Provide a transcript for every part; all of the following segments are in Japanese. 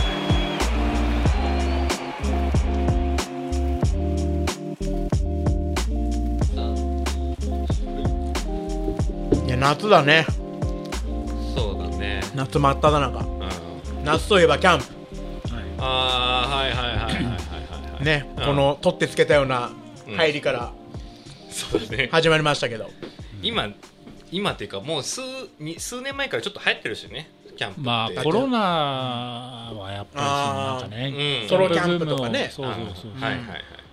Hey. いや夏だねそうだね夏真っ只中うん夏といえばキャンプああはいはいはいはいはいはいはいね、うんこの取ってつけたような入りからそうだね始まりましたけど、今今っていうかもう数に数年前からちょっと流行ってるしねキャンプってまあコロナはやっぱりそのなんかねうんソロキャンプとかねそうそうそうはいはいはい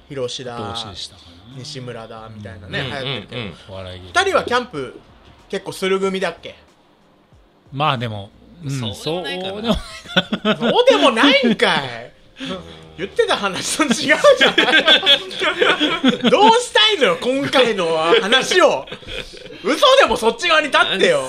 広志だ同士でしたか西村だみたいなね、ね流行ってるけど、うんらお笑い芸人2人はキャンプ結構する組だっけまあでもうんそそううででもないかなもそうでもないんかい言ってた話と違うじゃないどうしたいのよ今回の話を嘘でもそっち側に立ってよ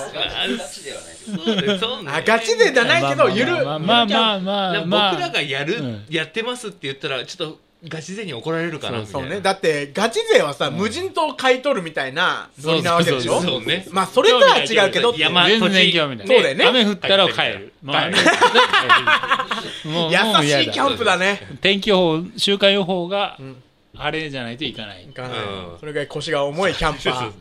そうでそうねあガチ勢じゃないけどゆるまあまあまあまあまあまあ僕らがやる、うんやってますって言ったらちょっとガチ勢に怒られるかなみたいそうなねだってガチ勢はさ、無人島を買い取るみたいなノリなわけでしょそうそうそうそうねまあそれとは違うけどって山全然興味なねいそうだよね雨降ったら帰るもう雨降ったら 帰るもうも優う嫌しいだキャンプだね天気予報週間予報が晴れじゃないといかない行かないうんそれぐらい腰が重いキャンパそうそーう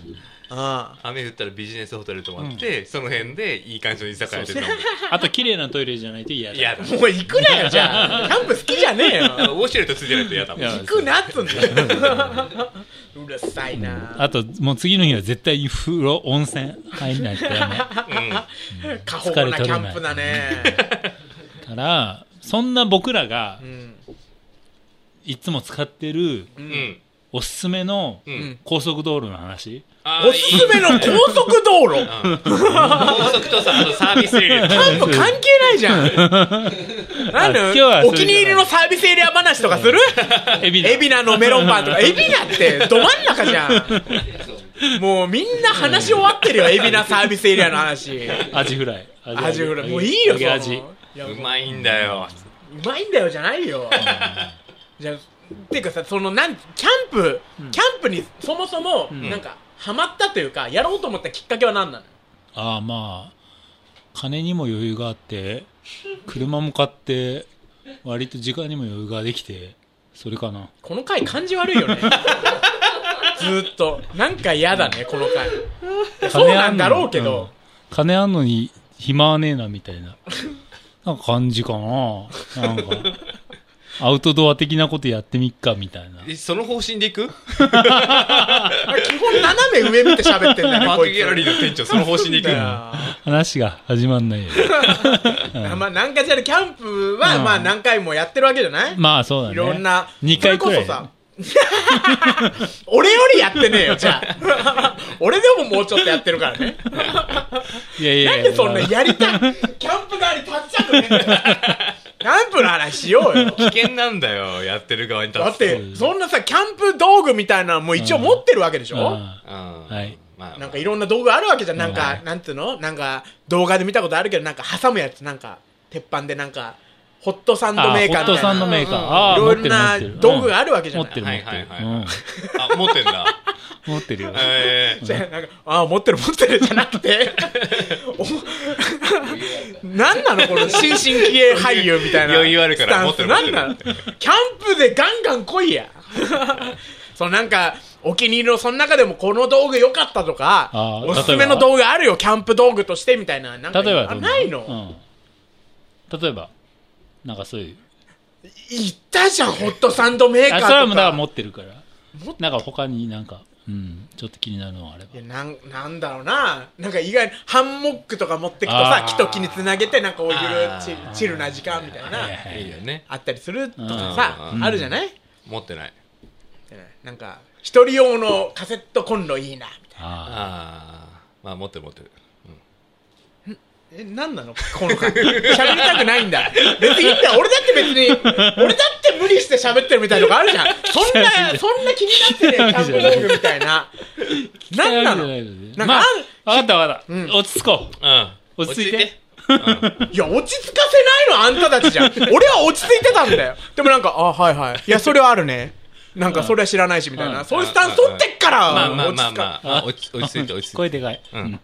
あ 雨降ったらビジネスホテル泊まって、その辺でいい感じの居酒屋で飲むあと綺麗なトイレじゃないと嫌だ嫌だ あもう行くなよじゃあキャンプ好きじゃねえよだからウォシュレットついてないと嫌だもんいや行くなっつうんだようるさいなあともう次の日は絶対に風呂温泉入んないとダメ過保護なキャンプだねからそんな僕らがうんいつも使ってるうんうんおすすめのん高速道路の話、あーおすすめの高速道路高速とさあとサービスエリアキャンプ関係ないじゃんなん今日はでそおれ気じゃにない入りのサービスエリア話とかする海老名海老名のメロンパン とか海老名ってど真ん中じゃんもうみんな話終わってるよ海老名サービスエリアの話アジフライアアジフライもういいよ揚そげのアジいやうまいんだようまいんだよじゃないよじゃていうかさそのなんキャンプ、キャンプにそもそも、なんかハマったというかやろうと思ったきっかけは何なのああまあ金にも余裕があって車も買って割と時間にも余裕ができてそれかなこの回感じ悪 いよねずーっとなんか嫌だねこの回いやそうなんだろうけど、金あんのに暇はねえなみたいななんか感じかな なんかアウトドア的なことやってみっかみたいなえその方針でいく基本斜め上見て喋ってん だよねパーこクいつギャラリーの店長その方針でいくだよ話が始ま んないよまあなんかじゃあキャンプは、うんまあ何回もやってるわけじゃない、まあそうだねいろんな2回くらいそれこそさ 俺よりやってねえよじゃ あ俺でももうちょっとやってるからねいやいやないんやでそんなやりたいキャンプ側に立っちゃうのねキャンプの話しよう よ危険なんだよやってる側に立つだとってそんなさキャンプ道具みたいなのも一応持ってるわけでしうょ、んうんはいまあなんかいろんな道具あるわけじゃんなんか、はいなんていうのなんか動画で見たことあるけどなんか挟むやつなんか鉄板でなんかホットサンドあメーカーホットみたサいンドなメーカーうんああい持ろってんる持っなてる道具があるわけじゃ持ない、ってはる持っいてはいるはいあ持ってんだうん持ってるよえじゃあなんかああ持ってる持ってるじゃなくておなんなのこの新進気鋭俳優みたいな余裕あるから持ってる持っなてんるなのキャンプでガンガン来いや そのなんかお気に入りのその中でもこの道具良かったとかあーおすすめの例えば道具あるよキャンプ道具としてみたいななんか例えばあどんないの、うん例えばなんかそういう言ったじゃんホットサンドメーカーあとかそれはもうだから持ってるから持っなんか他になんかうんちょっと気になるのがあればいやなんなんだろうななんか意外にハンモックとか持ってくとあさー木と木につなげてなんかおゆるあーチルチルな時間みたいはいなはえいいよねあったりするとかあさーあるじゃない持ってないなんか一人用のカセットコンロいいなみたいあああまあ持ってる持ってるえ、なんなのこの感じ。喋りたくないんだ。別にいいんだよ。俺だって別に、俺だって無理して喋ってるみたいなのがあるじゃん。そ んな、そんな気になってね、キャンプ道具みたいな。なんなの汚いわけじゃいいよねなんかまああ、わかったわかった。うん落ち着こうん。落ち着落ち着いいてて。うんや、落ち着かせないのあんたたちじゃん。俺は落ち着いてたんだよ。でもなんか、あ、はいはい。いや、それはあるね。なんか、それは知らないし、みたいな。うんそういうスタンス取ってっから、まあまあまあ落ち着かまあ、落ち落ち着いて落う。ち着い声でかい。て。うん。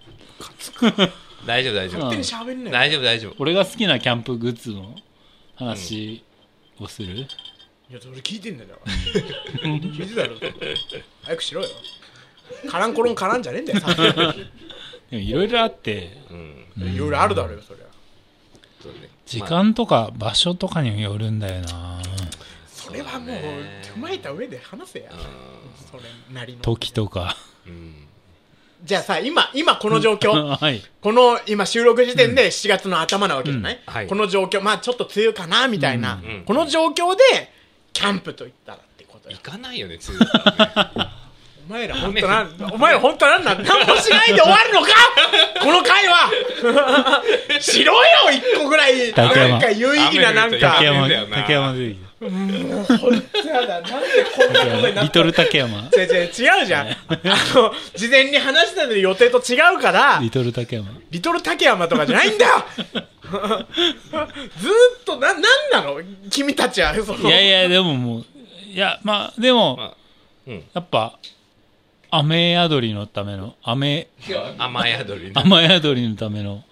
大丈夫大丈夫う。ん勝手に喋んない。大丈夫大丈夫。俺が好きなキャンプグッズの話をする、いや、それ聞いてんだよ。聞いてたろ。早くしろよ。カランコロンカランじゃねえんだよ、さすがにでもいろいろあって、うん。いろいろあるだろうよ、そりゃ。そうね時まあ間とか場所とかにもよるんだよな。それはもう、踏まえた上で話せや。それなりの。時とか。うん。じゃあさ、今、今この状況。 はい。この今収録時点で7月の頭なわけじゃない、うんはいこの状況、まあちょっと梅雨かなみたいな、うんうんこの状況でキャンプと言ったらってことよ行。かないよね、通常お前ら本当なん、お前ら本当なんなん、 何もしないで終わるのかこの回は しろよ一個ぐらい、なん竹山か有意義ななんか竹。雨山だよ、な竹山出てき本当やだ、なんでこんなことにた。なリったトル竹 山。違う違う違う じゃん。あの、事前に話してたの予定と違うから、リトル竹山。リトル竹山とかじゃないんだよ ずーっと、な、なんなの君たちは、そいの。やいや、でももう、いや、まあ、でも、まあうんやっぱ、雨宿りのための、雨、雨宿りね。雨宿りのための、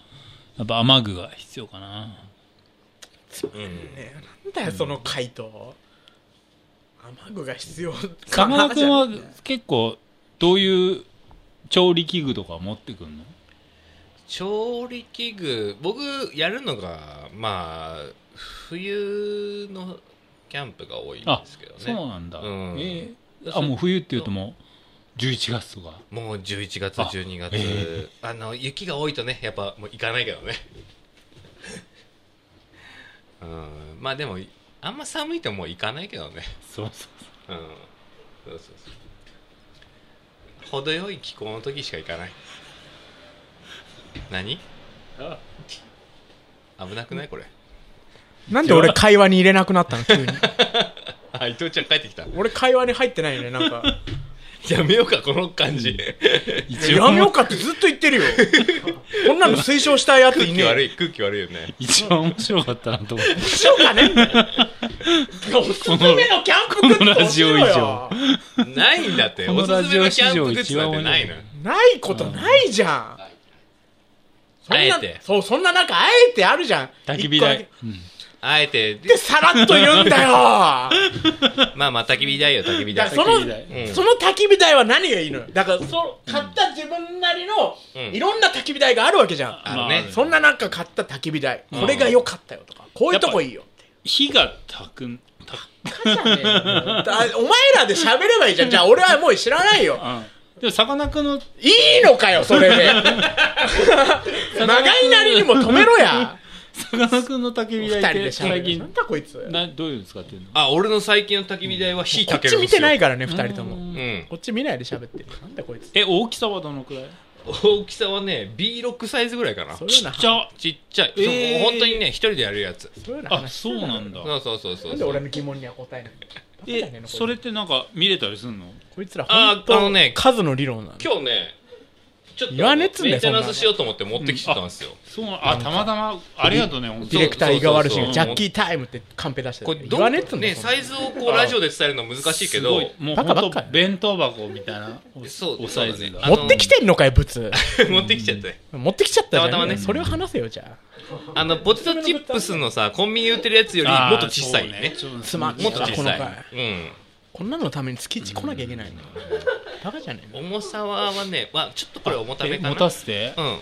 やっぱ雨具が必要かな。ねなんだよ、その回答。雨具が必要さかかななクンは結構、どういう調理器具とか持ってくんの調理器具僕やるのがまあ冬のキャンプが多いんですけどねそうなんだ。うんえーあ、もう冬っていうともう、11月とか。もう11月12月あ,、えの雪が多いとねやっぱもう行かないけどね うんまあでもあんま寒いともう行かないけどねそうそううんそうそうそう程よい気候の時しか行かない何危なくないこれなんで俺会話に入れなくなったの急に。 あ伊藤ちゃん帰ってきた 俺会話に入ってないよね、なん か。やめようか、この感じ。一や応めようかってずっと言ってるよ。こんなの推奨したやつ空いね気 悪え。い、空気悪いよね。一番面白かったなと思って。 しょうかねえんだよ。おすすめのキャンプグッズこのラジオ以上教えろよないんだって、このおすすめのキャンプグッズなんてラジオ史上一番ないのよ。ないことないじゃん。そんなあえてそう、そんな中、あえてあるじゃん。焚き火台一個だ。うんあえて、けで、さらっと言うんだよまあまあ、焚き火台よ、焚き火だ台。からそ焚き火台の、うんその焚き火台は何がいいのよ。だから、そ買った自分なりの、うんいろんな焚き火台があるわけじゃん。あのまああねる、そんな中買った焚き火台、これが良かったよとか、こういうとこいいよって。火がたくん、ただお前らで喋ればいいじゃん。じゃあ俺はもう知らないよ。でも、さかなクンの、いいのかよ、それで。長いなりにも止めろ や。さかなクンの焚き二火人台っでて喋最る。なん近、だこいつ。などういうの使ってるのあ、俺の最近の焚き火台は火こ焚っけちるんで見すてよ。ないからね、二人とうも。ん。こっち見ないで喋ってる。なんだこいつ。え、大きさはどのくらい大きさはね、B6 サイズぐらいかな。そちういうっような、じゃちゃい。えーそう本当にね、一人でやるやつ。そういうようなあ、話そうなんだ。そうそうそうそなうんでそ俺う。の疑問には答えないんだよバカだえよ、ねそれってなんか見れたりすんのこいつらあ本当あのね数の理論なんだ。今日ね、ちょっと言わねえっつうんだよメンテナンスしようと思って持ってきてたんですよ。そう、あ、たまたま、ありがとうね、本ディ当レクター伊賀悪しそがうジそうそャうッキータイムってカンペ出してこたれ、言わねえっつどうんうだね、よ。そんなサイズをこう、ラジオで伝えるの難しいけすごどい、もうバカば本っかり当弁当箱みたいなおそうおサイズそうだだ。ねあの持ってきてんのかよ、ブツ。 持ってきちゃって。持ってきちゃったじゃん。たまたまねそれを話せよ、じゃあ。あの、ポテトチップスのさ、コンビニで売ってるやつよりあーもっと小さいね。そうねつまんねえもっと小このさい。回こんなののために月一来なきゃいけないの。バカじゃねえうん。の重さはね、まあ、ちょっとこれ重ためえかな。持たせてうん。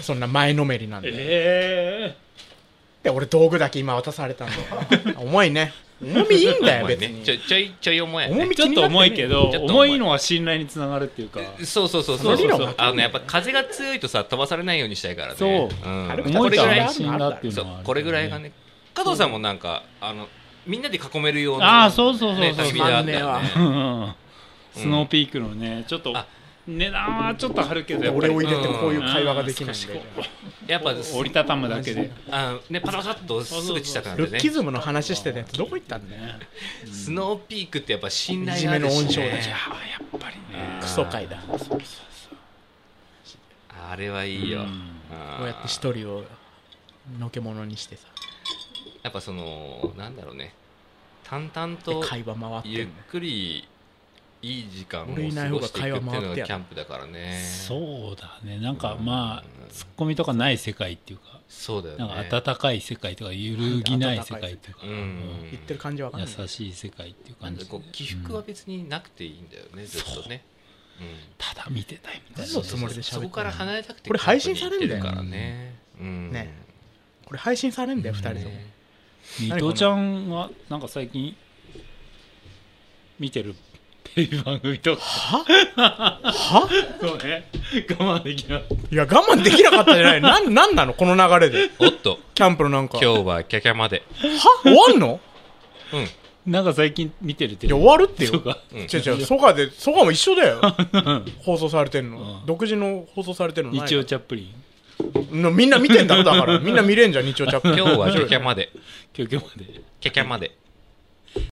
そんな前のめりなんで。えで、俺道具だけ今渡さ れたんだよ。重いね。重みいいんだよ、重い別ね。にち。ょ、ちょい、ちょい重いよ重ね。みちょっと重いけどちょっと重重いいのは信頼につながるっていうかそうそうそうそうその理そ論う。あのね、やっぱ風が強いとさ、飛ばされないようにしたいからね。そうん軽く重こいれかぐららあいる安心だっていうそうのはあるよねこれぐらいがね。加藤さんもなんか、あの、みんなで囲めるようあな。あそうそうそうねそう焚き火台あったよつまんねうんスノーピークのねちょっとあ値段はちょっと張るけどやっぱ俺りを入れてこういう会話ができないんうんで。やっぱ折りたたむだけであねパタパタっとすぐちたくなってルッねキズムの話してたやつどこ行ったんだよ。スノーピークってやっぱ信い頼じがめあのる温し床だねじゃん。やっぱりねクソ会だ。こあれはいいよ、うんあーうやって一人をのけ者にしてさ、やっぱそのなんだろうね淡々でと会話回ってんだゆっよ。くりいい時間を過俺いない方ごがしていく会っていう話回っのてやるがキャンプだからねそうだねなんかまうんあツッコミとかない世界っていうかそうだよねなんか温かい世界とか揺るぎない世界っていうかうんうん言ってる感じわかんない。優しい世界っていう感じこう起伏は別になくていいんだよね、ずっとね、うんただ見てないみたい何のつもりでそ喋ってこんのから離れたくてこれ配信されるんだよキャンプに行ってるからね,、うん、ねこれ配信されんだよ、二人とも。ね伊藤ちゃんはなんか最近見てるテレビ番組とかはそうね我慢できないいや、我慢できなかったじゃない。なん、なんなのこの流れで。おっとキャンプのなんか。今日はキャキャまでは終わんのうんなんか最近見てるテいレや、ビ終わるってよ。そうか違う違う、ソガで、ソガも一緒 だよ。放送されてんのう。ん独自の放送されてんのない日曜チャップリンのみんな見てんだろ、だから。みんな見れんじゃん、日曜チャップ。今日はキャキャまで今日今日までキャキャまで